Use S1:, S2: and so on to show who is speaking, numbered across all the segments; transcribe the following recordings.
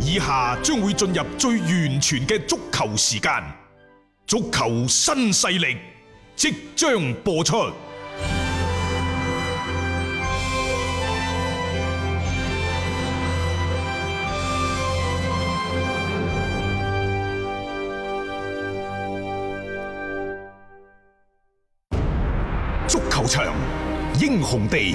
S1: 以下將會進入最完全嘅足球時間，足球新勢力即將播出。足球場，英雄地，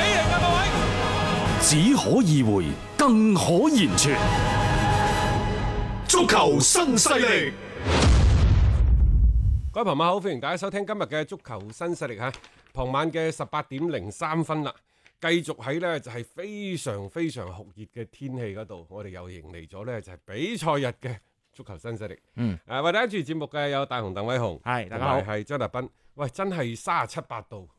S2: 零啊！各位，
S3: 只可意會，更可言傳。
S1: 足球新勢力，
S2: 各位朋友好，歡迎大家收聽今日嘅足球新勢力嚇。傍晚嘅十八點零三分啦，繼續喺呢就係非常非常酷熱嘅天氣嗰度，我哋又迎嚟咗呢就係比賽日嘅足球新勢力。嗯，誒為大家主持節目嘅有大雄鄧偉雄，
S4: 係大家好
S2: 同埋係張達斌。喂，真係三十七八度，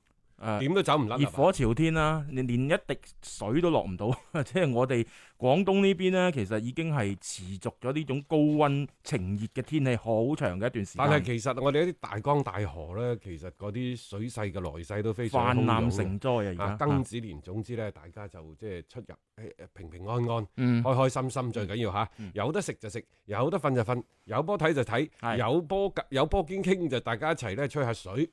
S4: 誒
S2: 點啊都走唔甩。
S4: 啊熱火朝天啦、你連一滴水都落唔到， 即係我哋廣東呢邊呢，其實已經係持續咗呢種高温晴熱嘅天氣好長嘅一段時
S2: 但係
S4: 間，
S2: 其實我哋一啲大江大河呢，其實嗰啲水勢嘅來勢都非常
S4: 泛
S2: 洶湧
S4: 濫
S2: 嘅
S4: 成災
S2: 啊
S4: 啊！，而
S2: 庚
S4: 家
S2: 子年，總之咧，大家就即係出入誒誒平平安安、
S4: 嗯
S2: 開開心心最緊要嚇。有得食就食，有得瞓就瞓，有波睇就睇，
S4: 係
S2: 有波有波經傾就大家一齊咧吹下水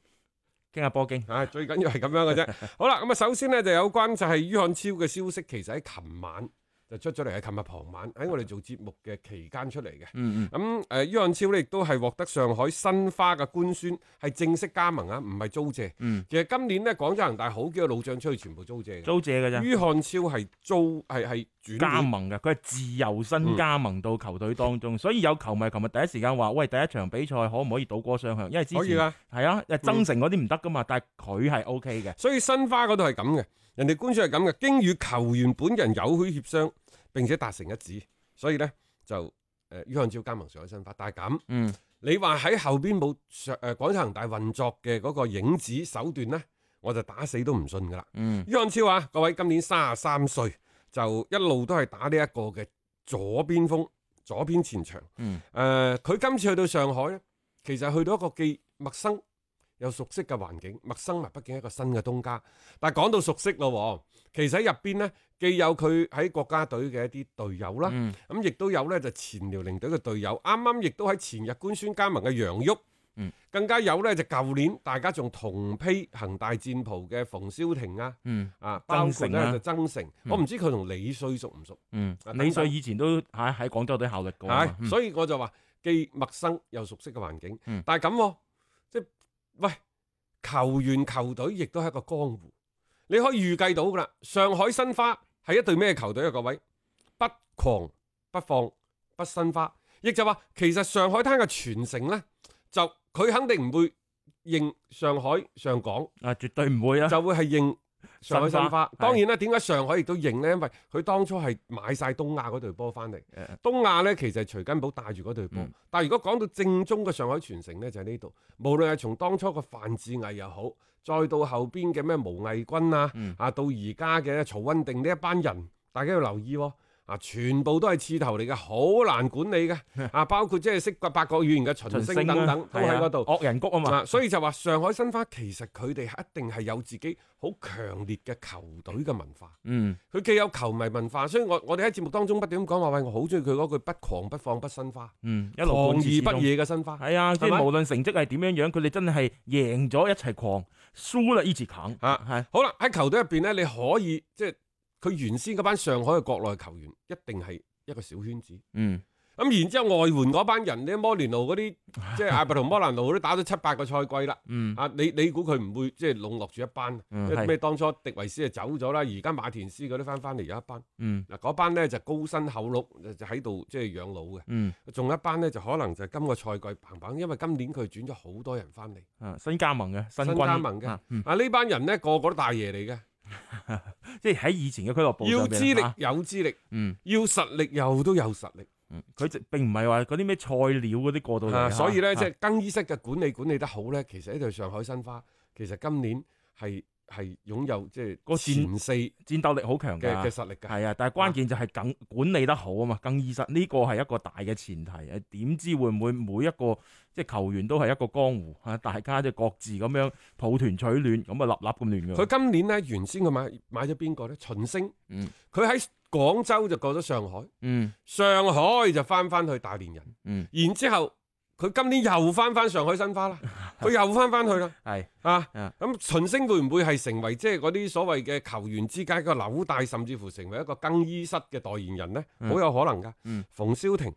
S4: 傾下波經，
S2: 啊！最緊要係咁樣嘅 啫。好啦，咁啊，首先呢，就有關就係於漢超嘅消息，其實喺琴晚就出咗嚟，係琴日傍晚喺我哋做節目嘅期間出嚟嘅。
S4: 嗯嗯，
S2: 咁誒，於漢超呢亦都係獲得上海申花嘅官宣，係正式加盟啊，唔係租借。
S4: 嗯
S2: 其實今年呢，廣州恒大好幾個老將出去全部租借嘅。
S4: 租借嘅啫，
S2: 于漢超係租係係轉
S4: 加
S2: 會
S4: 盟嘅，佢係自由
S2: 嗯
S4: 身加盟到球隊當中，所以有球迷琴日第一時間話：喂，第一場比賽可唔可以倒戈雙向？因為之
S2: 可以嗯
S4: 前
S2: 㗎，
S4: 係啊，誒增城嗰啲唔得噶嘛，但係佢係 O K 嘅，
S2: 所以申花嗰度係咁嘅，人哋官宣係咁嘅，經與球員本人有許協商，並且達成一致，所以呢，就誒于漢超加盟上海申花，但係咁
S4: 嗯。
S2: 你話喺後邊冇上誒廣州恒大運作嘅嗰個影子手段呢，我就打死都唔信㗎啦。
S4: 嗯
S2: 于漢超啊，各位今年三十三歲，就一路都係打呢一個嘅左邊鋒、左邊前場。
S4: 嗯，
S2: 誒、佢今次去到上海咧，其實去到一個既陌生又熟悉嘅環境，陌生咪畢竟係一個新嘅東家。但係講到熟悉咯喎，其實喺入邊呢，既有佢喺國家隊嘅一啲隊友啦，
S4: 嗯
S2: 咁亦都有呢就前遼寧隊嘅隊友，啱啱亦都喺前日官宣加盟嘅楊旭。
S4: 嗯
S2: 更加有呢，就舊年大家仲同披恒大戰袍嘅馮瀟霆啊，
S4: 嗯
S2: 啊，包括
S4: 曾誠
S2: 呢
S4: 啊
S2: 就曾誠，我唔知佢同李帥熟唔熟，
S4: 嗯
S2: 啊，等
S4: 李
S2: 等
S4: 帥以前都喺喺廣州隊效力過啊嘛，
S2: 係，所以我就話既陌生又熟悉嘅環境
S4: 嗯，
S2: 但係咁喎即係喂球員球隊亦都係一個江湖，你可以預計到㗎啦。上海申花係一隊咩球隊啊？各位，不狂不放不申花，亦就話其實上海灘嘅傳承呢，就佢肯定唔會認上海上港。
S4: 啊，絕對唔會啊！
S2: 就會係認上海申
S4: 申
S2: 花
S4: 花。
S2: 當然啦，點解上海亦都認呢？因為佢當初係買晒東亞嗰隊波翻嚟
S4: 誒。
S2: 東亞呢，其實係徐根寶帶住嗰隊波。
S4: 嗯
S2: 但係如果講到正宗嘅上海傳承呢，就係呢度。無論係從當初嘅范志毅又好，再到後邊嘅咩毛毅軍啊，
S4: 嗯
S2: 啊到而家嘅曹贇定呢一班人，大家要留意喎、啊！全部都係刺頭嚟嘅，好難管理嘅。 啊，包括即係識八國語言嘅秦星等等，都喺嗰度。
S4: 惡人谷啊嘛，
S2: 啊，所以就話上海申花其實佢哋一定係有自己好強烈嘅球隊嘅文化，
S4: 嗯
S2: 佢既有球迷文化，所以我我哋喺節目當中不斷咁講話，喂，我好中意佢嗰句不狂不放不申花，
S4: 嗯，一
S2: 狂
S4: 路
S2: 而
S4: 貫徹始
S2: 不
S4: 終。
S2: 野嘅申花。
S4: 係啊，即
S2: 係咪
S4: 係無論成績係點樣樣，佢哋真係贏咗一齊狂，輸啦一齊啃。
S2: 啊
S4: 係
S2: 好啦，喺球隊入邊呢，你可以即係佢原先嗰班上海嘅國內球員，一定係一個小圈子。
S4: 嗯
S2: 咁然之後外援嗰班人呢，摩連奴嗰 啲，即係阿伯同摩蘭奴都打咗七八個賽季啦。
S4: 嗯
S2: 啊！你你估佢唔會即係籠絡住一班？
S4: 嗯
S2: 因為
S4: 係
S2: 咩、當初迪維斯就走咗啦，而家馬田斯嗰啲翻翻嚟有一班。
S4: 嗯
S2: 嗱，嗰班咧就高薪厚祿，就就喺度即係養老嘅。
S4: 嗯，
S2: 仲有一班咧就可能就係今個賽季棒棒，因為今年佢轉咗好多人翻嚟。
S4: 啊新加盟嘅新
S2: 新
S4: 軍
S2: 加盟嘅
S4: 啊嗯
S2: 啊，呢班人咧個個都大爺嚟嘅，
S4: 即係喺以前嘅俱樂部
S2: 要
S4: 上邊
S2: 資
S4: 啊
S2: 歷有資歷，
S4: 嗯
S2: 要實力又都有實力。
S4: 嗯佢就並唔係話嗰啲咩菜鳥嗰啲過到嚟
S2: 啊，
S4: 啊，
S2: 所以咧，即
S4: 係
S2: 係更衣室嘅管理管理得好咧，其實呢隊上海申花其實今年係係擁有即
S4: 個
S2: 係
S4: 戰
S2: 前四嘅
S4: 戰鬥力好強
S2: 嘅
S4: 㗎。
S2: 實力㗎。
S4: 係啊，但係關鍵就係更管理得好啊嘛，更衣室呢個係一個大嘅前提。誒點知會唔會每一個即係球員都係一個江湖啊？大家就各自咁樣抱團取暖，咁啊立立咁亂
S2: 佢
S4: 㗎。
S2: 今年咧原先佢買買咗邊個咧？秦星
S4: 嗯，
S2: 佢喺廣州就過咗上海，
S4: 嗯
S2: 上海就翻翻去大連人，
S4: 嗯，
S2: 然之後佢今年又翻翻上海申花啦，佢又翻翻去啦。
S4: 係
S2: 啊
S4: 啊，
S2: 咁秦星會唔會係成為即係嗰啲所謂嘅球員之間嘅紐帶，甚至乎成為一個更衣室嘅代言人呢？
S4: 嗯
S2: 好有可能噶。
S4: 嗯
S2: 馮瀟霆、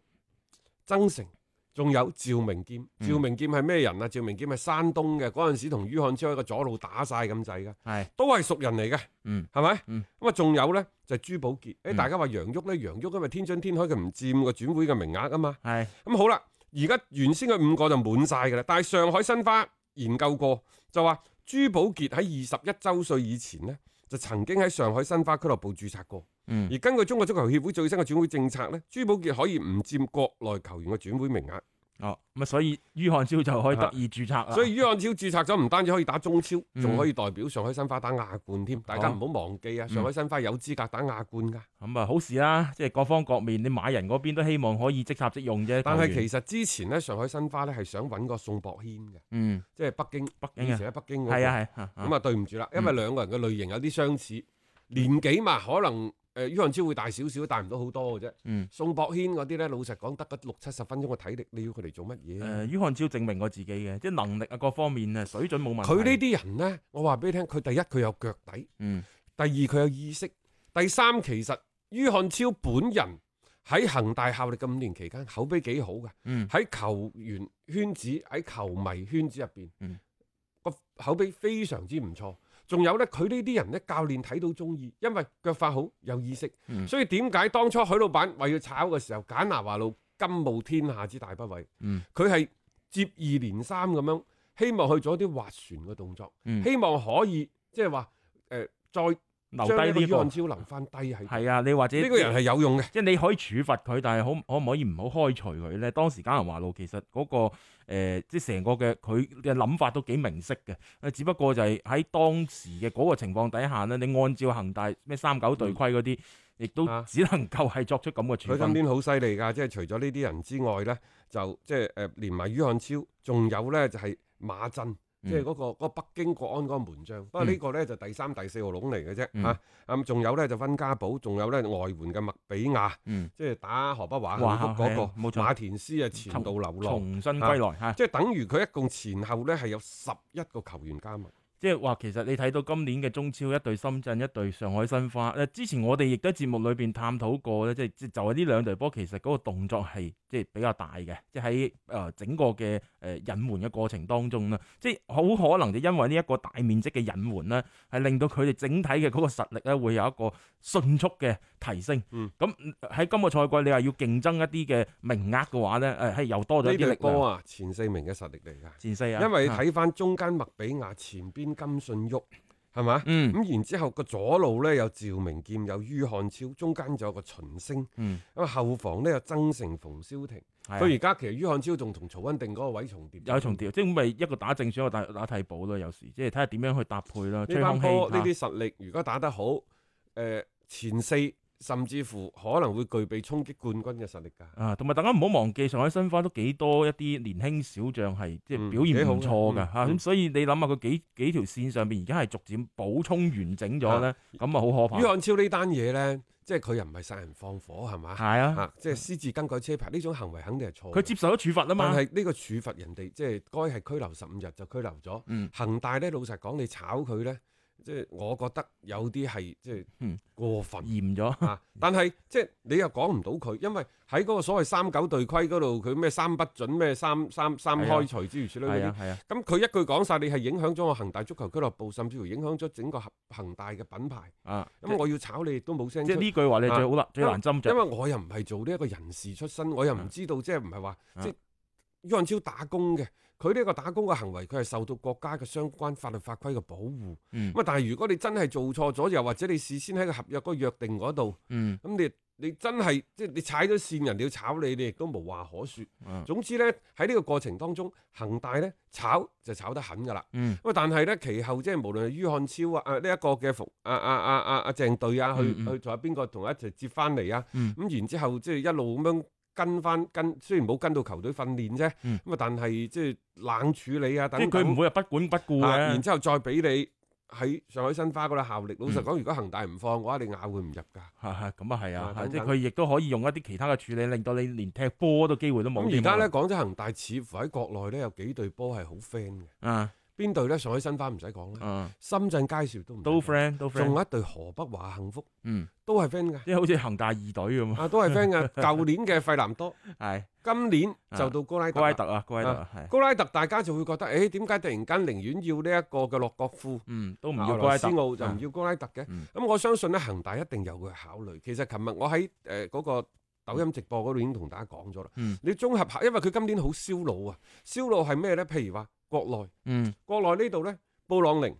S2: 曾誠，仲有趙明劍。
S4: 嗯
S2: 趙明劍係咩人啊？趙明劍係山東嘅，嗰陣時同于漢超喺個左路打晒咁滯噶，
S4: 係
S2: 都係熟人嚟嘅。
S4: 嗯
S2: 係咪
S4: 嗯？
S2: 咁啊，仲有呢，就係朱寶傑。誒，
S4: 嗯
S2: 大家話楊旭呢，楊旭因為天津天海佢唔佔個轉會嘅名額啊嘛。
S4: 係
S2: 咁好啦，而家原先嘅五個就滿晒㗎啦，但係上海申花研究過就話朱寶傑喺二十一周歲以前呢，就曾經喺上海申花俱樂部註冊過。
S4: 嗯
S2: 而根據中國足球協會最新嘅轉會政策呢，朱寶傑可以唔佔國內球員嘅轉會名額，
S4: 哦咁啊，所以于漢超就可以
S2: 啊
S4: 得以註冊啦。
S2: 所以于漢超註冊咗，唔單止可以打中超，
S4: 嗯
S2: 仲可以代表上海申花打亞冠添。大家唔好忘記啊，
S4: 嗯
S2: 上海申花有資格打亞冠㗎。
S4: 咁啊，好事啦，即係各方各面，你買人嗰邊都希望可以即插即用啫。
S2: 但係
S4: 球員
S2: 其實之前呢，上海申花呢係想揾個宋博軒嘅，
S4: 嗯，
S2: 即係北京，
S4: 北
S2: 以
S4: 京啊
S2: 前，喺北京嗰個
S4: 係啊係啊，
S2: 咁啊，對唔住啦，因為兩個人嘅類型有啲相似，年紀嘛，可能呃誒于漢超會大少少，大唔到好多嘅啫。
S4: 嗯
S2: 宋博軒嗰啲咧，老實講得個六七十分鐘嘅體力，你要佢嚟做乜嘢啊？
S4: 誒，呃于漢超證明過自己嘅，即係能力啊各方面啊水準冇問題。
S2: 佢呢啲人呢，我話俾你聽，佢第一佢有腳底，
S4: 嗯
S2: 第二佢有意識，第三其實于漢超本人喺恒大效力嘅五年期間，口碑幾好嘅，
S4: 嗯
S2: 喺球員圈子、喺球迷圈子入邊，
S4: 嗯
S2: 個、口碑非常之唔錯。仲有呢，佢呢啲人呢，教練睇到中意，因為腳法好，有意識。
S4: 嗯
S2: 所以點解當初許老闆話要炒嘅時候，簡拿華路今冒天下之大不韙，
S4: 嗯
S2: 佢係接二連三咁樣，希望去做一啲划船嘅動作，
S4: 嗯
S2: 希望可以即係話誒再將呢個
S4: 留低呢
S2: 按
S4: 個
S2: 招留翻低喺度。
S4: 係啊，你或者
S2: 呢個人係有用嘅。
S4: 即係你可以處罰佢，但係可可唔可以唔好開除佢咧？當時簡南華路其實嗰、個、呃、即係成個嘅佢嘅諗法都幾明晰嘅。誒，只不過就係喺當時嘅嗰個情況底下咧，你按照恒大咩三九隊規嗰啲，亦都
S2: 啊
S4: 只能夠係作出咁嘅處
S2: 佢今
S4: 分。
S2: 年好犀利㗎，即係除咗呢啲人之外呢，就即係誒連埋于漢超，仲有呢就係馬震，
S4: 嗯
S2: 即係嗰個嗰個北京國安嗰個門將。不過呢個呢就第三、第四號籠嚟嘅啫
S4: 嗯
S2: 嚇。咁仲有呢就温家寶，仲有呢外援嘅麥比亞，
S4: 嗯，
S2: 即係打河北華
S4: 哇
S2: 幸福嗰
S4: 係啊冇
S2: 個
S4: 錯
S2: 馬田斯啊，前度流浪。
S4: 重新歸來嚇。
S2: 即係等於佢一共前後呢係有十一個球員加盟，
S4: 即係話，其實你睇到今年嘅中超一隊深圳，一隊上海申花。誒，之前我哋亦都喺節目裏邊探討過咧，即係即係就係呢兩隊波，其實嗰個動作係即係比較大嘅，即係喺誒整個嘅誒隱瞞嘅過程當中啦，即係好可能就因為呢一個大面積嘅隱瞞咧，係令到佢哋整體嘅嗰個實力咧會有一個迅速嘅提升。
S2: 嗯
S4: 咁喺今個賽季，你話要競爭一啲嘅名額嘅話咧，誒係又多咗
S2: 呢
S4: 一啲
S2: 隊
S4: 力
S2: 波
S4: 量。
S2: 啊前四名嘅實力嚟㗎。
S4: 前四啊，
S2: 因為你
S4: 啊
S2: 睇翻中間麥比亞，前邊金信旭係嘛？
S4: 嗯
S2: 咁然之後個左路呢有趙明劍，有于漢超，中間仲有個秦星，
S4: 嗯
S2: 咁啊後防呢有曾誠、馮瀟霆。
S4: 係啊
S2: 佢而家其實于漢超仲同曹恩定嗰個位重疊，
S4: 有重疊，即係咪一個打正選，一個打打替補咯。有時即係睇下點樣去搭配啦。
S2: 呢
S4: 崔
S2: 班
S4: 康熙
S2: 波呢
S4: 啊
S2: 啲實力，如果打得好，誒、前四甚至乎可能會具備衝擊冠軍嘅實力㗎。
S4: 啊，同埋大家唔好忘記上海申花都幾多一啲年輕小將係即
S2: 嗯
S4: 係表現唔
S2: 幾
S4: 錯
S2: 好嘅
S4: 㗎嚇。啊
S2: 嗯
S4: 咁所以你諗下佢幾幾條線上邊而家係逐漸補充完整咗咧，咁啊好可
S2: 于
S4: 怕。
S2: 漢超呢單嘢呢，即係佢又唔係殺人放火係嘛？
S4: 係啊，
S2: 啊，即係私自更改車牌呢種行為肯定係錯嘅。
S4: 佢接受咗處罰啊嘛
S2: 但。係呢個處罰人哋即係該係拘留十五日就拘留咗。
S4: 嗯
S2: 恒大呢，老實講，你炒佢呢，即係我覺得有啲係即係
S4: 嗯
S2: 過分。
S4: 嚴咗，
S2: 啊！但係即係你又講唔到佢，因為喺嗰個所謂三九隊規嗰度，佢咩三不準、咩三三三
S4: 係啊
S2: 開除諸如此類
S4: 係
S2: 嗰啲
S4: 啊，係啊，
S2: 咁佢一句講晒，你係影響咗我恒大足球俱樂部，甚至乎影響咗整個恒恒大嘅品牌。
S4: 啊，
S2: 咁我要炒你亦都冇聲
S4: 即係
S2: 出
S4: 呢句話你
S2: 啊
S4: 最好啦，最難斟
S2: 因
S4: 酌。
S2: 為我又唔係做呢一個人事出身，我又唔知道即係唔係話
S4: 啊
S2: 即係於漢超打工嘅，佢呢個打工嘅行為佢係受到國家嘅相關法律法規嘅保護。
S4: 嗯
S2: 咁啊，但係如果你真係做錯咗，又或者你事先喺個合約嗰個約定嗰度，
S4: 嗯，
S2: 咁你你真係即係你踩咗線，人哋要炒你，你亦都無話可說。
S4: 嗯
S2: 總之呢，喺呢個過程當中，恒大呢炒就炒得狠㗎啦。
S4: 嗯
S2: 咁啊但係呢，其後即係無論係于漢超啊，啊呢一個嘅馮啊啊啊啊啊鄭隊啊，去
S4: 嗯嗯
S2: 去仲有邊個同佢一齊接翻嚟啊？
S4: 嗯
S2: 咁然之後即係一路咁樣跟翻跟，雖然冇跟到球隊訓練啫，
S4: 嗯
S2: 咁啊但係即係冷處理啊
S4: 即
S2: 等等。
S4: 係佢唔會係不管不顧
S2: 啊
S4: 嘅
S2: 然。之後再俾你喺上海申花嗰度效力。老實
S4: 嗯
S2: 講，如果恒大唔放嘅話，你咬佢唔入㗎。
S4: 係係 咁啊，係啊
S2: 啊，
S4: 係
S2: 等
S4: 即係
S2: 等
S4: 佢亦都可以用一啲其他嘅處理，令到你連踢波都機會都冇
S2: 咁
S4: 添
S2: 而
S4: 啊。
S2: 家咧講真，恒大似乎喺國內咧有幾隊波係好 friend 嘅。
S4: 啊，
S2: 邊隊咧？上海申花唔使講啦，
S4: 嗯，
S2: 深圳佳兆都唔使
S4: 都
S2: 講
S4: friend，都
S2: 仲
S4: friend，
S2: 有一隊河北華幸福
S4: 嗯，
S2: 都係 friend 嘅，
S4: 即係好似恒大二隊咁啊，
S2: 啊都係 friend 嘅。舊年嘅費南多，
S4: 係
S2: 今年就到高拉特
S4: 高拉
S2: 啦。
S4: 特啊，高拉特啊係，
S2: 高拉特大家就會覺得，誒點解突然間寧願要呢一個嘅洛國富？
S4: 嗯，都唔
S2: 俄
S4: 要高
S2: 羅
S4: 拉
S2: 斯
S4: 特，
S2: 奧就
S4: 啊
S2: 唔要高拉特嘅。咁、
S4: 嗯
S2: 我相信咧，恒大一定有佢嘅考慮。其實琴日我喺誒嗰個抖音直播嗰度已經同大家講咗啦。
S4: 嗯
S2: 你綜合下，因為佢今年好燒腦啊，燒腦係咩咧？譬如話國內，
S4: 嗯，
S2: 國內呢度咧，布朗寧，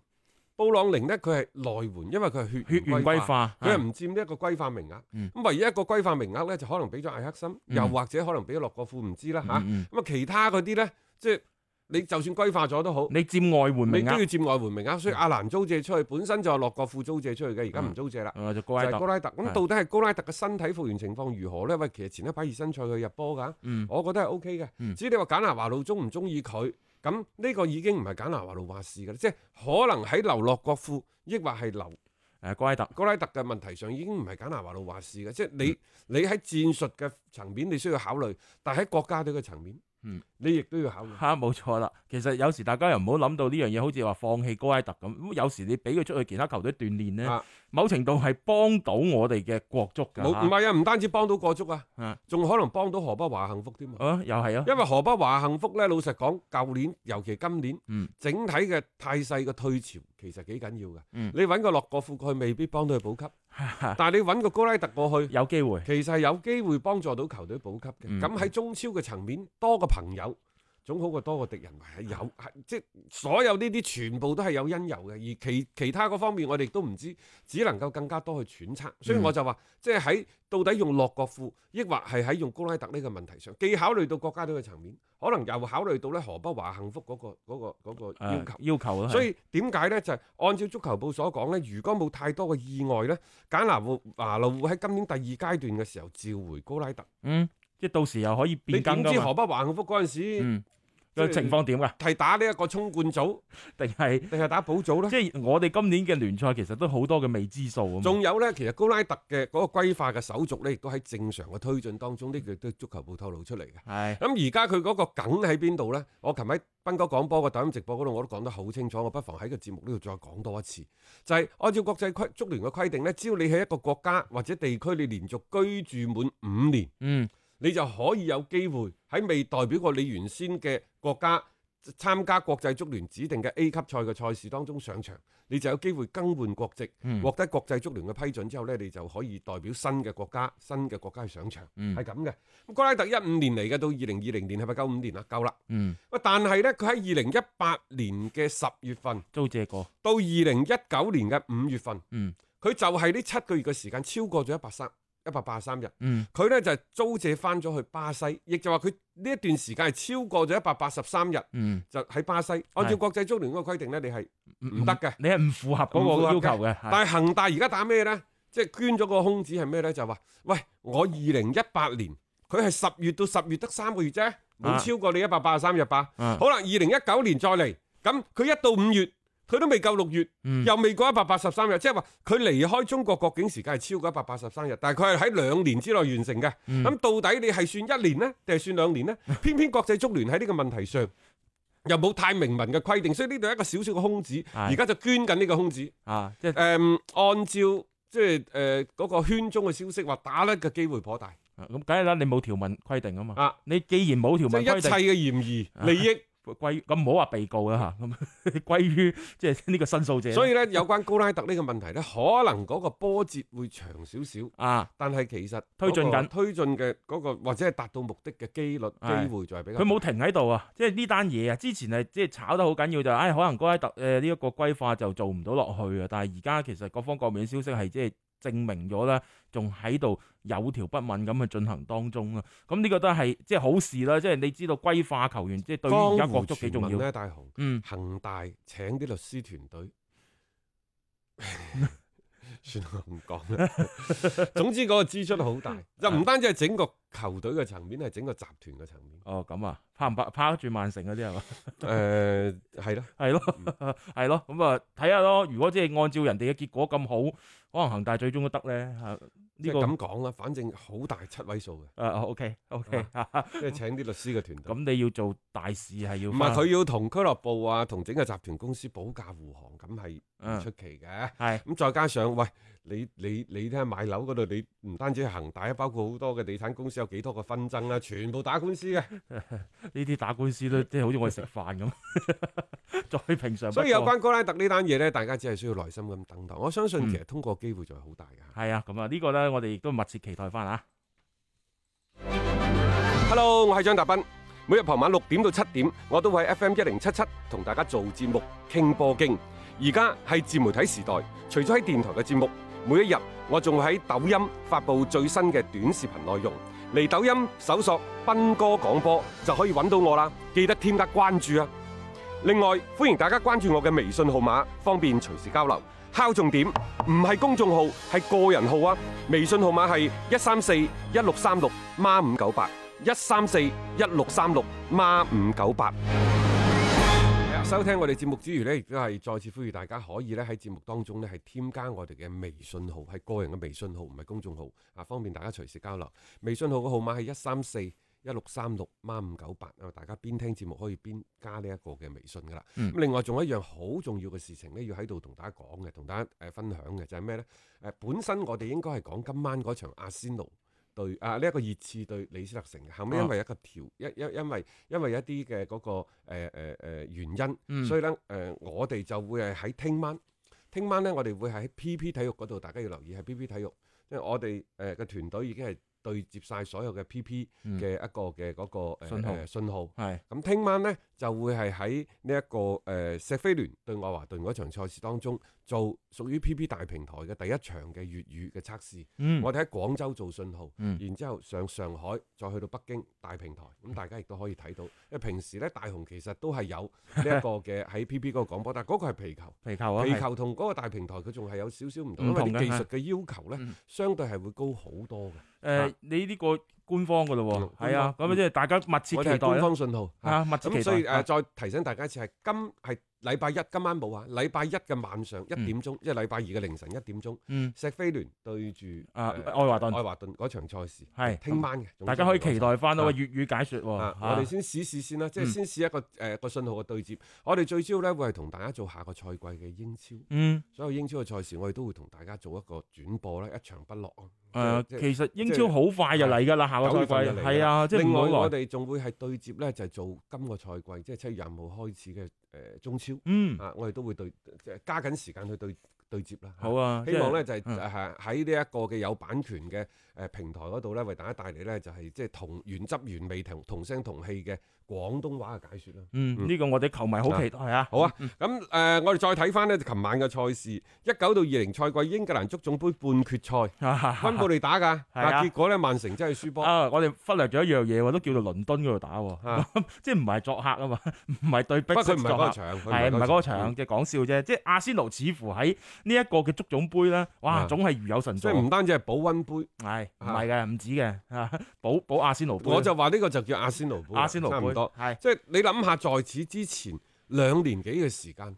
S2: 布朗寧咧佢係內援，因為佢係血
S4: 血緣歸
S2: 化。
S4: 化，
S2: 佢係
S4: 啊
S2: 唔佔呢一個歸化名額，咁、
S4: 嗯
S2: 唯一一個歸化名額咧就可能俾咗艾克森，又
S4: 嗯
S2: 或者可能俾咗洛國富，唔知啦嚇。咁啊、
S4: 嗯嗯
S2: 其他嗰啲咧，即係你就算歸化咗都好，
S4: 你佔外援
S2: 你
S4: 名
S2: 都要
S4: 額，
S2: 佔外援名額，所
S4: 嗯
S2: 以阿蘭租借出去，本身就係洛國富租借出去嘅，而家唔租借啦。
S4: 係啊咪就嗯高
S2: 就
S4: 拉
S2: 係高
S4: 特，
S2: 拉特，咁
S4: 係
S2: 到底係高拉特嘅身體復原情況如何呢？喂，其實前一排熱身賽佢入波㗎，
S4: 嗯
S2: 我覺得係 O K 嘅。
S4: 嗯
S2: 至於你話簡拿華路中唔中意佢，咁呢個已經唔係簡拿華路話事㗎啦，即係可能喺流落國富，抑或係流
S4: 誒啊高拉特，
S2: 高拉特嘅問題上，已經唔係簡拿華路話事嘅。即係
S4: 嗯
S2: 你你喺戰術嘅層面你需要考慮，但係喺國家隊嘅層面
S4: 嗯，
S2: 你亦都要考慮。
S4: 嚇冇錯啦。其實有時大家又唔好諗到呢樣嘢，好似話放棄高拉特咁。咁有時你俾佢出去其他球隊鍛鍊
S2: 啊
S4: 咧，某程度係幫到我哋嘅國足㗎
S2: 冇唔
S4: 嚇。
S2: 係啊，唔單止幫到國足啊
S4: 啊，
S2: 仲可能幫到河北華幸福添啊！
S4: 啊，又係啊，
S2: 因為河北華幸福呢，老實講，舊年尤其今年，
S4: 嗯
S2: 整體嘅態勢嘅退潮其實幾緊要嘅。
S4: 嗯
S2: 你揾個洛國富過去未必幫到佢補級，
S4: 哈哈
S2: 但係你揾個高拉特過去，
S4: 有機會。
S2: 其實係有機會幫助到球隊補級嘅。
S4: 嗯
S2: 咁喺、中超嘅層面，多個朋友總好過多個敵人，係有係即係所有呢啲全部都係有因由嘅。而其其他嗰方面，我哋都唔知，只能夠更加多去揣測。所以
S4: 嗯
S2: 我就話，即係喺到底用洛國富，抑或係喺用高拉特呢個問題上，既考慮到國家隊嘅層面，可能又考慮到咧河北華幸福嗰、個嗰、個嗰、個
S4: 誒
S2: 要求。
S4: 啊要求啦，
S2: 所
S4: 係
S2: 以點解呢？就係、按照足球報所講呢，如果冇太多嘅意外呢，簡拿華華路會喺今年第二階段嘅時候召回高拉特。
S4: 嗯，即係到時又可以
S2: 你
S4: 變更
S2: 點
S4: 噶
S2: 知
S4: 嘛
S2: 河？北華幸福嗰陣時
S4: 嗯，個
S2: 即係
S4: 情況 點噶？
S2: 係打呢一個衝冠組，
S4: 定係
S2: 定係打保組呢？
S4: 即係我哋今年嘅聯賽其實都好多嘅未知數啊嘛。
S2: 仲有呢，其實高拉特嘅嗰個規劃嘅手續呢，亦都喺正常嘅推進當中，呢個亦都係足球報透露出嚟嘅。
S4: 係
S2: 咁而家佢嗰個梗喺邊度呢？我琴日喺斌哥講波個抖音直播嗰度我都講得好清楚，我不妨喺個節目呢度再講多一次，就係、按照國際規足聯嘅規定呢，只要你喺一個國家或者地區你連續居住滿五年，
S4: 嗯
S2: 你就可以有機會喺未代表過你原先嘅國家參加國際足聯指定嘅 A 級賽嘅賽事當中上場，你就有機會更換國籍，
S4: 嗯
S2: 獲得國際足聯嘅批准之後呢，你就可以代表新嘅國家、新嘅國家去上場。
S4: 嗯
S2: 係咁嘅。咁高拉特一五年嚟嘅，到二零二零年係咪夠五年啊？夠啦。
S4: 嗯，
S2: 喂，但係呢，佢喺二零一八年嘅十月份
S4: 租借過
S2: 到二零一九年嘅五月份，
S4: 嗯，
S2: 佢就係呢七個月嘅時間超過咗一百三一百八十三日。
S4: 嗯
S2: 佢呢就係租借翻咗去巴西，亦就話佢呢一段時間係超過咗一百八十三日，
S4: 嗯
S2: 就喺巴西。按照國際足聯嗰個規定呢，你係唔得嘅。
S4: 你係唔符合嗰個要求嘅。係
S2: 但係恒大而家打咩呢？即係捐咗個空子係咩呢？就係話喂，我二零一八年佢係十月到十月得三個月啫，冇
S4: 啊
S2: 超過你一百八十三日吧。
S4: 啊
S2: 好啦，二零一九年再嚟，咁佢一到五月，佢都未夠六月，
S4: 嗯
S2: 又未過一百八十三日，即係話佢離開中國國境時間係超過一百八十三日，但係佢係喺兩年之內完成嘅。咁、
S4: 嗯
S2: 到底你係算一年呢，定係算兩 年呢？偏偏國際足聯喺呢個問題上。又冇太明文嘅規定，所以呢度有一個小小嘅空子，而家就捐緊呢個空子。
S4: 啊，即係
S2: 誒、按照即係誒嗰個圈中嘅消息話，打甩嘅機會頗大
S4: 咁，梗係啦，你冇條文規定啊嘛。
S2: 啊！
S4: 你既然冇條
S2: 即係
S4: 文
S2: 一
S4: 規
S2: 切
S4: 定，
S2: 嘅嫌疑
S4: 啊
S2: 利益，
S4: 歸咁唔好話被告啦嚇，咁 歸於即係呢個申訴者。
S2: 所以咧有關高拉特呢個問題咧，可能嗰個波折會長少少，
S4: 啊，
S2: 但係其實嗰個
S4: 推進緊
S2: 推進嘅嗰個或者係達到目的嘅機率
S4: 係
S2: 機會就係比較
S4: 佢冇停喺度啊！即係呢單嘢啊，之前係即係炒得好緊要就係，呃唉、可能高拉特誒呢一個規劃就做唔到落去啊。但係而家其實各方各面消息係即係證明咗啦，仲喺度有條不紊咁去進行當中啦。咁呢個都係即係好事啦，即係你知道歸化球員，即係對於而家
S2: 江
S4: 國
S2: 湖
S4: 足幾
S2: 傳
S4: 重
S2: 聞
S4: 要。
S2: 咧，大雄。
S4: 嗯，
S2: 恒大請啲律師團隊， 算啦，我唔講啦。 總之嗰個支出好大，就唔單止係整個球隊嘅層面，係整個集團嘅層面。
S4: 哦咁啊，拍唔拍拍得住曼城嗰 啲係嘛？
S2: 誒係啦，
S4: 係咯， 係咯，咁啊睇下咯。如果即係按照人哋嘅結果咁好，可能恒大最終都得咧。嚇
S2: 即
S4: 呢
S2: 係
S4: 個啊哦
S2: 咁講啦，反正好大七位數嘅，
S4: 誒 OK OK，
S2: 即係請啲律師嘅團隊。
S4: 咁你要做大事係要
S2: 唔
S4: 花
S2: 係佢要同俱樂部啊，同整個集團公司保駕護航，咁係唔
S4: 嗯
S2: 出奇嘅。
S4: 係
S2: 咁再加上，喂，你你你睇下買樓嗰度，你唔單止係恒大，包括好多嘅地產公司有幾多個紛爭啦，全部打官司嘅。
S4: 呢啲打官 司都即係好似我哋食飯咁， 再平常不過。
S2: 所以有關高拉特呢單嘢呢，大家只係需要耐心咁等待。我相信其
S4: 嗯
S2: 實通過機會就係好大嘅。
S4: 係啊，咁啊呢個咧，我哋亦都密切期待翻啊。
S2: Hello，我係張達斌，每日傍晚六點到七點，我都會喺 FM 一零七七同大家做節目傾波經。而家係自媒體時代，除咗喺電台嘅節目，每一日我仲會喺抖音發布最新嘅短視頻內容。嚟抖音搜索斌哥廣播就可以揾到我啦，記得添加關注啊！另外，歡迎大家關注我嘅微信號碼，方便隨時交流。敲重點，唔係公眾號，係個人號啊！微信號碼係一三四一六三六孖五九八，一三四一六三六孖五九八。收聽我哋節目之餘呢，亦都係再次呼籲大家可以咧喺節目當中呢，係添加我哋嘅微信號，係個人嘅微信號，唔係公眾號啊，方便大家隨時交流。微信號嘅號碼係一三四一六三六孖五九八啊，大家邊聽節目可以邊加呢一個嘅微信噶啦。咁、
S4: 嗯
S2: 另外仲有一樣好重要嘅事情呢，要喺度同大家講嘅，同大家誒分享嘅就係咩呢？誒，本身我哋應該係講今晚嗰場阿仙奴。對
S4: 嗯
S2: 啊，呢、一個熱刺對李斯特城嘅，後尾因
S4: 啊
S2: 為一個調，因因因為因為一啲嘅嗰個誒誒誒原因，
S4: 嗯
S2: 所以咧誒、我哋就會係喺聽晚，聽晚咧我哋會喺 PP 體育嗰度，大家要留意係 PP 體育，因為我哋誒嘅團隊已經係對接晒所有嘅 PP
S4: 嗯
S2: 嘅一個嘅嗰、個誒
S4: 信號
S2: 誒信號。
S4: 係
S2: 咁聽晚呢，就會係喺呢一個誒、呃石飛聯對愛華頓嗰場賽事當中做屬於 PP 大平台嘅第一場嘅粵語嘅測試。
S4: 嗯
S2: 我哋喺廣州做信號，
S4: 嗯
S2: 然之後上上海，再去到北京大平台，咁大家亦都可以睇到。因為平時呢，大雄其實都係有呢一個 嘅喺 PP 嗰個廣播，但係嗰個係皮球，
S4: 皮球啊，
S2: 皮
S4: 係
S2: 球同嗰個大平台佢仲係有少少唔同，
S4: 唔
S2: 因為
S4: 同
S2: 啲
S4: 嘅
S2: 技
S4: 係
S2: 術嘅要求呢
S4: 嗯，
S2: 相對係會高好多嘅。
S4: 誒你呢個官方噶咯喎，
S2: 嗯
S4: 係啊，
S2: 官方
S4: 咁啊即係大家密切
S2: 我
S4: 期
S2: 哋係
S4: 待
S2: 官
S4: 啦
S2: 方信號嚇
S4: 啊，密切
S2: 咁
S4: 期待。
S2: 所以誒、
S4: 啊
S2: 再提醒大家一次係今係禮拜一今晚冇啊，禮拜一嘅晚上一點鐘，即係禮拜二嘅凌晨一點鐘，
S4: 嗯
S2: 石飛聯對住誒、
S4: 啊，愛華頓
S2: 愛華頓嗰場賽事，
S4: 係
S2: 聽晚嘅，總之
S4: 大家可以期待翻咯，
S2: 啊
S4: 粵語解説喎。
S2: 啊！
S4: 啊
S2: 我哋先試試先啦，即係
S4: 嗯
S2: 先試一個誒、個信號嘅對接。我哋最主要咧會係同大家做下個賽季嘅英超，
S4: 嗯
S2: 所有英超嘅賽事我哋都會同大家做一個轉播啦，一場不落啊。
S4: 誒，
S2: 即係
S4: 其實英超好快就嚟㗎啦，下個
S2: 九
S4: 賽
S2: 月份就
S4: 季
S2: 嚟
S4: 係啊，即係
S2: 另
S4: 唔
S2: 外
S4: 好
S2: 我
S4: 耐。
S2: 哋仲會係對接咧，就係、做今個賽季，即係七月廿五號開始嘅誒、呃中超。
S4: 嗯，
S2: 啊，我哋都會對即係加緊時間去對對接啦。
S4: 好啊，
S2: 希望咧就係
S4: 嗯
S2: 誒喺呢一個嘅有版權嘅誒平台嗰度咧，為大家帶嚟咧就係即係同原汁原味同同聲同氣嘅廣東話嘅解説啦。
S4: 嗯
S2: 嗯
S4: 呢個我哋球迷好期待啊。
S2: 好啊，咁誒、我哋再睇翻呢，就琴晚嘅賽事，一九到二零賽季英格蘭足總杯半決 賽，啊温布利打㗎，啊
S4: 係啊
S2: 結果咧曼城真係輸波。
S4: 啊！我哋忽略咗一樣嘢喎，都叫做倫敦嗰度打喎
S2: 啊，
S4: 即係唔係作客啊嘛， 唔係對
S2: 不
S4: 逼
S2: 過佢
S4: 式
S2: 唔係
S4: 作
S2: 嗰個
S4: 客，
S2: 場，佢
S4: 係唔係嗰
S2: 場
S4: 個場，即係講笑啫。即係阿仙奴似乎喺呢一個嘅足總杯咧，哇，
S2: 啊
S4: 總係如有神
S2: 即
S4: 助，
S2: 係唔單止係保温杯，
S4: 係唔係嘅，唔止嘅嚇，保保阿仙奴杯，啊
S2: 我就話呢個就叫阿仙奴杯啦，
S4: 阿仙奴
S2: 差唔
S4: 杯
S2: 多。
S4: 係
S2: 即係你諗下，在此之前兩年幾嘅時間，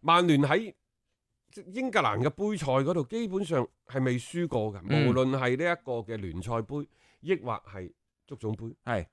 S2: 曼聯喺即係英格蘭嘅杯賽嗰度，基本上係未輸過嘅。
S4: 嗯
S2: 無論係呢一個嘅聯賽杯，抑或係足總杯，
S4: 係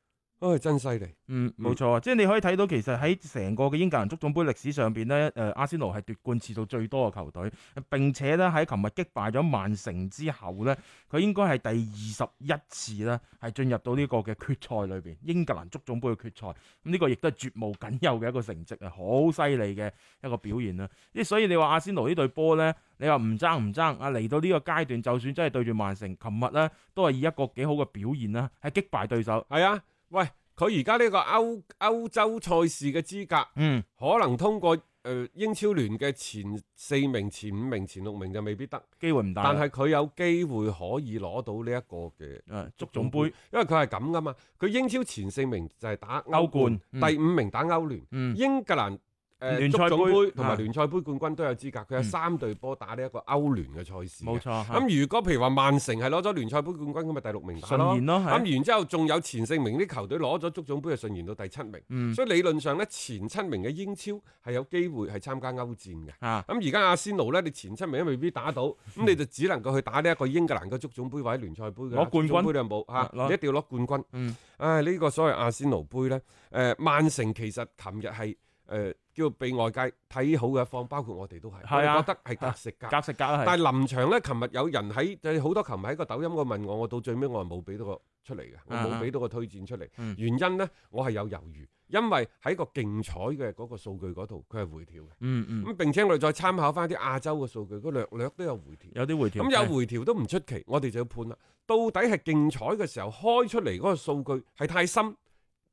S2: 唉真犀利。
S4: 嗯，
S2: 嗯
S4: 冇錯啊！即係你可以睇到，其實喺成個嘅英格蘭足總杯歷史上邊呢，誒、呃阿仙奴係奪冠次數最多嘅球隊，並且呢，喺琴日擊敗咗曼城之後呢，佢應該係第二十一次呢，係進入到呢個嘅決賽裏邊，英格蘭足總杯嘅決賽。咁、呢個亦都係絕無僅有嘅一個成績啊，好犀利嘅一個表現啦！即係所以你話阿仙奴呢隊波呢，你話唔爭唔爭啊，嚟到呢個階段，就算真係對住曼城，琴日呢都係以一個幾好嘅表現啦，係擊敗對手。
S2: 係啊，喂，佢而家呢個歐歐洲賽事嘅資格，
S4: 嗯。
S2: 可能通過誒、誒英超聯嘅前四名、前五名、前六名就未必得，
S4: 機會唔大啦。啊
S2: 但係佢有機會可以攞到呢一個嘅。
S4: 誒足啊總杯，
S2: 因為佢係咁噶嘛，佢英超前四名就係打歐冠
S4: 歐冠，嗯
S2: 第五名打歐聯，
S4: 嗯
S2: 英格蘭誒
S4: 聯
S2: 足
S4: 賽
S2: 總
S4: 杯
S2: 杯同埋
S4: 啊
S2: 聯賽杯冠軍都有資格，佢有
S4: 嗯
S2: 三隊波打呢一個歐聯嘅賽事嘅。
S4: 冇錯。嚇
S2: 咁如果譬如話曼城係攞咗聯賽杯冠軍，咁咪第六名打咯
S4: 順。延咯，係
S2: 咁然之後仲有前四名啲球隊攞咗足總杯，就順延到第七名。
S4: 嗯
S2: 所以理論上呢，前七名嘅英超係有機會係參加歐戰嘅。
S4: 嚇
S2: 咁而家阿仙奴呢，你前七名都未必打到，咁你就只能夠去打呢一個英格蘭嘅足總杯或者聯賽杯嘅啦
S4: 嗯攞冠軍
S2: 足總杯你又冇
S4: 啊
S2: 嚇，
S4: 攞
S2: 你一定要攞冠軍。
S4: 嗯
S2: 唉，呢個所謂阿仙奴杯呢，誒、曼城其實琴日係誒叫被外界睇好嘅一方，包括我哋都係，
S4: 係啊
S2: 我哋覺得係格食格。
S4: 格食格啦，係
S2: 但係臨場呢，琴日有人喺就係好多球迷喺個抖音嗰度問我，我到最尾我係冇俾到個出嚟嘅，我
S4: 啊
S2: 冇
S4: 啊
S2: 俾到個推薦出嚟。
S4: 嗯
S2: 原因呢，我係有猶豫，因為喺個競彩嘅嗰個數據嗰度，佢係回調嘅。
S4: 嗯嗯
S2: 咁並且我哋再參考翻啲亞洲嘅數據，佢略略都有回調。
S4: 有啲回調，
S2: 咁有回調都唔出奇，我哋就要判啦。到底係競彩嘅時候開出嚟嗰個數據係太深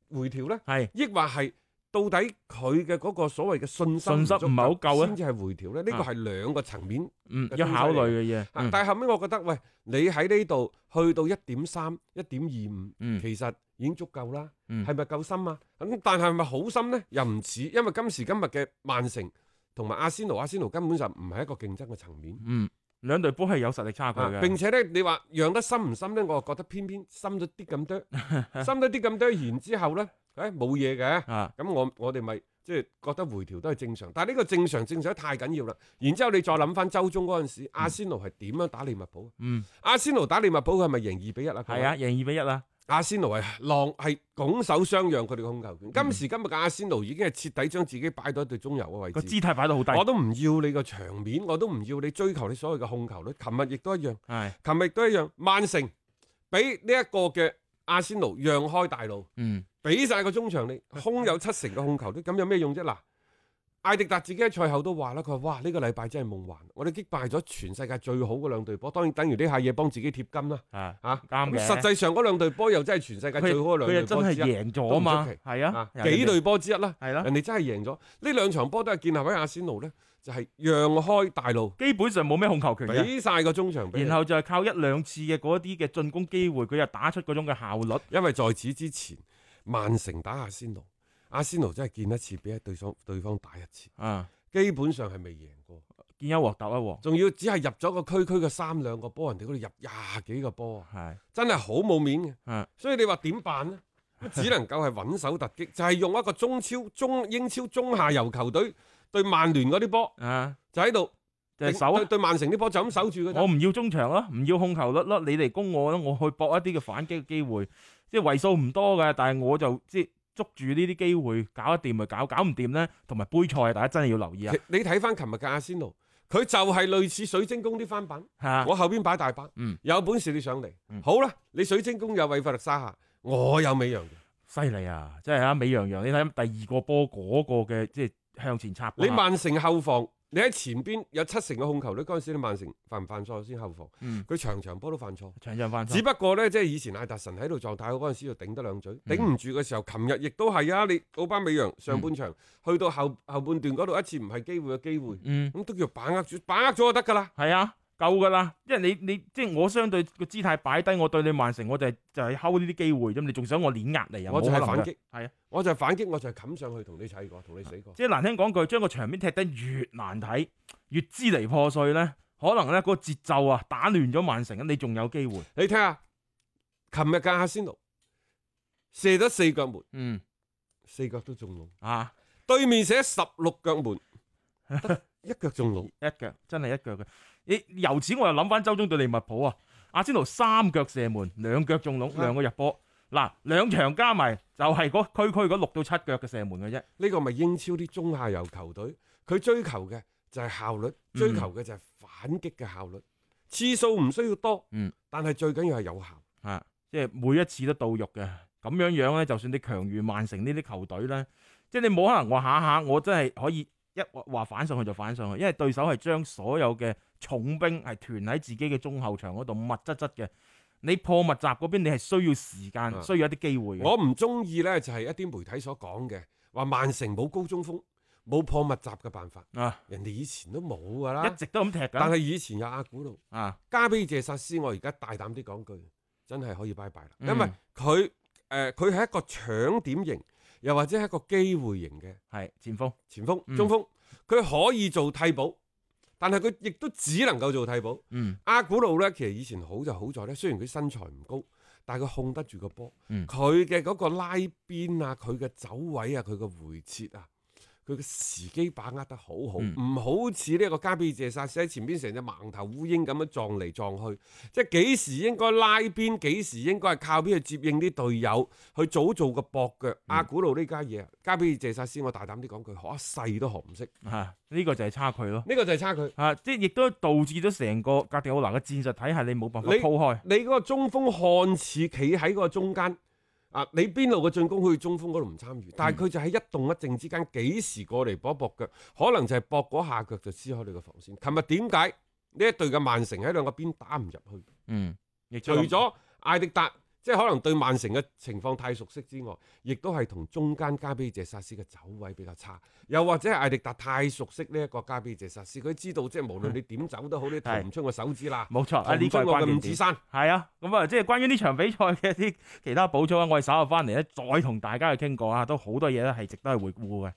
S2: 回調呢？
S4: 係
S2: 抑或係到底佢嘅嗰個所謂嘅信心
S4: 信心
S2: 足
S4: 唔係好夠啊
S2: 先至係回調呢？呢個
S4: 啊
S2: 係兩個層面。
S4: 嗯要考慮嘅嘢，
S2: 啊
S4: 嗯
S2: 但係後尾我覺得，喂，你喺呢度去到一點三、一點二五，
S4: 嗯
S2: 其實已經足夠啦。
S4: 嗯
S2: 係咪夠深啊？咁但係咪好深呢？又唔似，因為今時今日嘅曼城同埋阿仙奴，阿仙奴根本就唔係一個競爭嘅層面。
S4: 嗯兩隊波係有實力差距
S2: 啊
S4: 嘅，
S2: 並且呢，你話讓得深唔深呢？我又覺得偏偏深咗啲咁 多，深咗啲咁多，然之後呢，誒冇嘢嘅。
S4: 啊
S2: 咁我我哋咪即係覺得回調都係正常，但係呢個正常正常得太緊要啦。然之後你再諗翻周中嗰陣時，阿仙奴係點樣打利物浦？啊
S4: 嗯
S2: 阿仙奴打利物浦佢係咪贏二比一啊？各位
S4: 係啊，贏二比一啦，
S2: 阿仙奴係浪係拱手相讓佢哋嘅控球
S4: 嗯
S2: 權。今時今日嘅阿仙奴已經係徹底將自己擺到一隊中游嘅位
S4: 個
S2: 置。
S4: 姿態擺到好低，
S2: 我都唔要你個場面，我都唔要你追求你所謂嘅控球率。琴日亦都一樣，
S4: 係
S2: 琴日亦都一樣。曼城俾呢一個嘅阿仙奴讓開大路，
S4: 嗯
S2: 俾晒個中 場你，空有七成嘅控球率，咁有咩用啫？嗱，艾迪達自己喺賽後都話啦，佢話：哇，呢、個禮拜真係夢幻，我哋擊敗咗全世界最好嗰兩隊波，當然等於呢下嘢幫自己貼金啦。
S4: 啊
S2: 啊，
S4: 啱
S2: 咁
S4: 嘅，
S2: 實際上嗰兩隊波又真係全世界
S4: 佢
S2: 最好嘅兩
S4: 佢
S2: 隊
S4: 又真
S2: 波
S4: 係
S2: 之一，
S4: 贏咗啊
S2: 都唔
S4: 嘛
S2: 出奇，
S4: 係啊，人哋
S2: 幾隊波之一啦。
S4: 係啊啦，
S2: 人哋真係贏咗呢兩場波都係建立喺阿仙奴呢，就係、讓開大路，
S4: 基本上冇咩控球權嘅。
S2: 俾晒個中場俾你。
S4: 啊然後就係靠一兩次嘅嗰啲嘅進攻機會，佢又打出嗰種嘅效率。
S2: 因為在此之前，曼城打阿仙奴，阿仙奴真係見一次俾對方對方打一次，
S4: 啊，
S2: 基本上係未贏過，
S4: 見一鑊鬥一鑊，
S2: 仲要只係入咗個區區嘅三兩個波，人哋嗰度入廿幾個波啊，
S4: 係
S2: 真係好冇面嘅。
S4: 啊，
S2: 所以你話點辦 呢？咁只能夠係穩守突擊，就係、用一個中超、中英超中下游球隊對曼聯嗰啲波，
S4: 啊，
S2: 就喺度
S4: 就係
S2: 定
S4: 守
S2: 對
S4: 啊！
S2: 對曼城啲波就咁守住嗰
S4: 我
S2: 陣。
S4: 唔要中場咯，唔要控球率咯，你嚟攻我咯，我去搏一啲嘅反擊嘅機會，即係為數唔多嘅，但係我就即係捉住呢啲機會，搞得掂咪搞，搞唔掂咧，同埋杯賽大家真係要留意啊！
S2: 其你睇翻琴日嘅阿仙奴，佢就係類似水晶宮啲翻版，
S4: 嚇，
S2: 我後邊擺大把，
S4: 啊嗯
S2: 有本事你上嚟，
S4: 嗯
S2: 好啦，你水晶宮有韋弗力沙夏，我有美羊羊，
S4: 犀利啊！真係啊，美羊羊，你睇第二個波嗰個嘅即係向前插嗰
S2: 你
S4: 下，
S2: 曼城後防，你喺前邊有七成嘅控球率，嗰陣時你曼城犯唔犯錯先後防？
S4: 嗯，
S2: 佢場場波都犯錯。
S4: 長長翻
S2: 只不過呢，即係以前艾達臣喺度狀態好嗰陣時，就頂得兩嘴，
S4: 嗯
S2: 頂唔住嘅時候，琴日亦都係啊！你奧巴美揚上半場、去到後後半段嗰度一次唔係機會嘅機會，
S4: 嗯。
S2: 咁都叫把握住，把握咗就得㗎啦。
S4: 係啊，夠噶啦，因為你你即係我相對個姿態擺低，我對你曼城，我就係、就係睺呢啲機會啫，你仲想我碾壓你啊？
S2: 我就係
S4: 冇可能
S2: 反
S4: 㗎
S2: 擊，
S4: 係啊，
S2: 我就係反擊，我就係冚上去同你砌過，同你死過。
S4: 即係難聽講句，將個場面踢得越難睇，越支離破碎咧，可能咧嗰個節奏啊打亂咗曼城，你仲有機會。
S2: 你睇下，琴日嘅阿仙奴射咗四腳門，
S4: 嗯
S2: 四腳都中籠；
S4: 啊，
S2: 對面射咗十六腳 門，得一腳中籠。
S4: 一腳真係一腳嘅。你由此我又諗翻周中對利物浦啊，阿仙奴三腳射門，兩腳中籠，兩個入波。嗱，兩場加埋就係嗰區區嗰六到七腳嘅射門嘅啫。
S2: 呢個咪英超啲中下游球隊，佢追求嘅就係效率，
S4: 嗯
S2: 追求嘅就係反擊嘅效率，次數唔需要多，
S4: 嗯
S2: 但係最緊要係有效。
S4: 啊，即係每一次都到肉嘅。咁樣樣咧，就算你強如曼城呢啲球隊咧，即係你冇可能話下下我真係可以一話反上去就反上去，因為對手係將所有嘅重兵係團喺自己嘅中後場嗰度密質質嘅。你破密集嗰邊，你係需要時間，
S2: 啊
S4: 嗯需要一啲機會嘅。
S2: 我唔中意呢，就係一啲媒體所講嘅話，曼城冇高中鋒，冇破密集嘅辦法，
S4: 啊，
S2: 人哋以前都冇㗎
S4: 一
S2: 啦。
S4: 直都咁踢
S2: 但
S4: 緊
S2: 係以前有阿古路、
S4: 啊，
S2: 加比謝薩斯，我而家大膽啲講句，真係可以拜拜啦，
S4: 嗯
S2: 因為佢誒佢係一個搶點型，又或者係一個機會型嘅
S4: 係前鋒，
S2: 前鋒、
S4: 嗯
S2: 中鋒，佢可以做替補，但係佢亦都只能夠做替補。
S4: 嗯
S2: 阿古路呢，其實以前好就好在呢，雖然佢身材唔高，但係佢控得住個波
S4: 嗯，
S2: 佢嘅嗰個拉邊啊，佢嘅走位啊，佢嘅回撤啊，佢嘅時機把握得好好，
S4: 嗯
S2: 唔好似呢一個加比謝薩斯喺前邊成隻盲頭烏蠅咁樣撞嚟撞去，即係幾時應該拉邊，幾時應該係靠邊去接應啲隊友，去早做個搏腳。阿古路呢家嘢啊，加比謝薩斯，我大膽啲講句，學一世都學唔識，呢、
S4: 啊，呢個就係差距咯。
S2: 個就係差距。
S4: 啊！即係亦都導致咗成個格迪奧拿嘅戰術體系，你冇辦法
S2: 你
S4: 鋪開。
S2: 你嗰個中鋒看似企喺嗰個中間啊，你邊路嘅進攻好似中鋒嗰度唔參與，
S4: 嗯
S2: 但係佢就喺一動一靜之間，幾時過嚟搏一搏腳，可能就係搏嗰下腳就撕開你個防線。琴日點解呢一隊嘅曼城喺兩個邊打唔入去？
S4: 嗯，亦
S2: 除
S4: 都
S2: 咗艾迪達，即係可能對曼城嘅情況太熟悉之外，亦都係同中間加比謝薩斯嘅走位比較差，又或者係艾迪達太熟悉呢一個加比謝薩斯，佢知道即係無論你點走都好，你逃唔出我手指啦，
S4: 嗯冇錯，
S2: 逃
S4: 啊
S2: 唔
S4: 呢
S2: 出
S4: 個係
S2: 我
S4: 關
S2: 嘅五
S4: 鍵
S2: 指
S4: 點。
S2: 山。
S4: 係啊，咁啊，即係關於呢場比賽嘅啲其他補充啊，我哋稍後翻嚟咧，再同大家去傾過啊，都好多嘢咧係值得去回顧嘅。